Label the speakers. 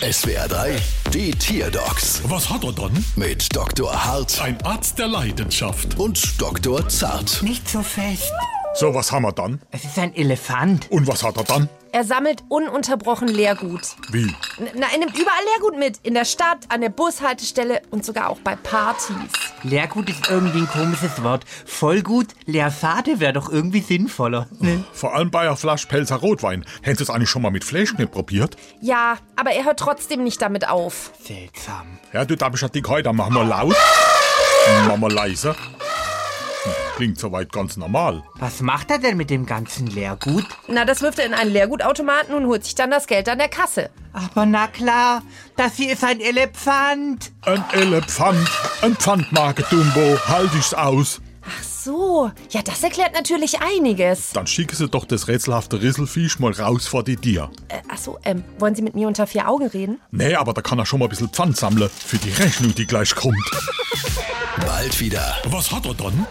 Speaker 1: SWR 3, die Tierdocs
Speaker 2: Was hat er dann?
Speaker 1: mit Dr. Hart
Speaker 2: Ein Arzt der Leidenschaft.
Speaker 1: und Dr. Zart.
Speaker 3: Nicht so fest.
Speaker 2: So, was haben wir dann?
Speaker 3: Es ist ein Elefant.
Speaker 2: Und was hat er dann?
Speaker 4: Er sammelt ununterbrochen Leergut.
Speaker 2: Wie?
Speaker 4: N- Na, er nimmt überall Leergut mit. In der Stadt, an der Bushaltestelle und sogar auch bei Partys.
Speaker 3: Leergut ist irgendwie ein komisches Wort. Vollgut, Leerfade wäre doch irgendwie sinnvoller. Ne?
Speaker 2: Vor allem bei einer Flasche Pelzer Rotwein. Hättest du es eigentlich schon mal mit Fleischknepp probiert?
Speaker 4: Ja, aber er hört trotzdem nicht damit auf.
Speaker 3: Seltsam.
Speaker 2: Ja, du, da bist ja dick heute. Dann machen wir laut. Machen wir leise. Hm, Klingt soweit ganz normal.
Speaker 3: Was macht er denn mit dem ganzen Leergut?
Speaker 4: Na, das wirft er in einen Leergutautomaten und holt sich dann das Geld an der Kasse.
Speaker 3: Aber na klar, das hier ist ein Elefant.
Speaker 2: Ein Elefant, ein Pfandmarke Dumbo, halt ich's aus.
Speaker 4: So, ja, das erklärt natürlich einiges.
Speaker 2: Dann schicke sie doch das rätselhafte Risselfisch mal raus vor die Tier.
Speaker 4: Äh, achso, ähm, wollen Sie mit mir unter vier Augen reden?
Speaker 2: Nee, aber da kann er schon mal ein bisschen Pfand sammeln für die Rechnung, die gleich kommt.
Speaker 1: Bald wieder.
Speaker 2: Was hat er dann?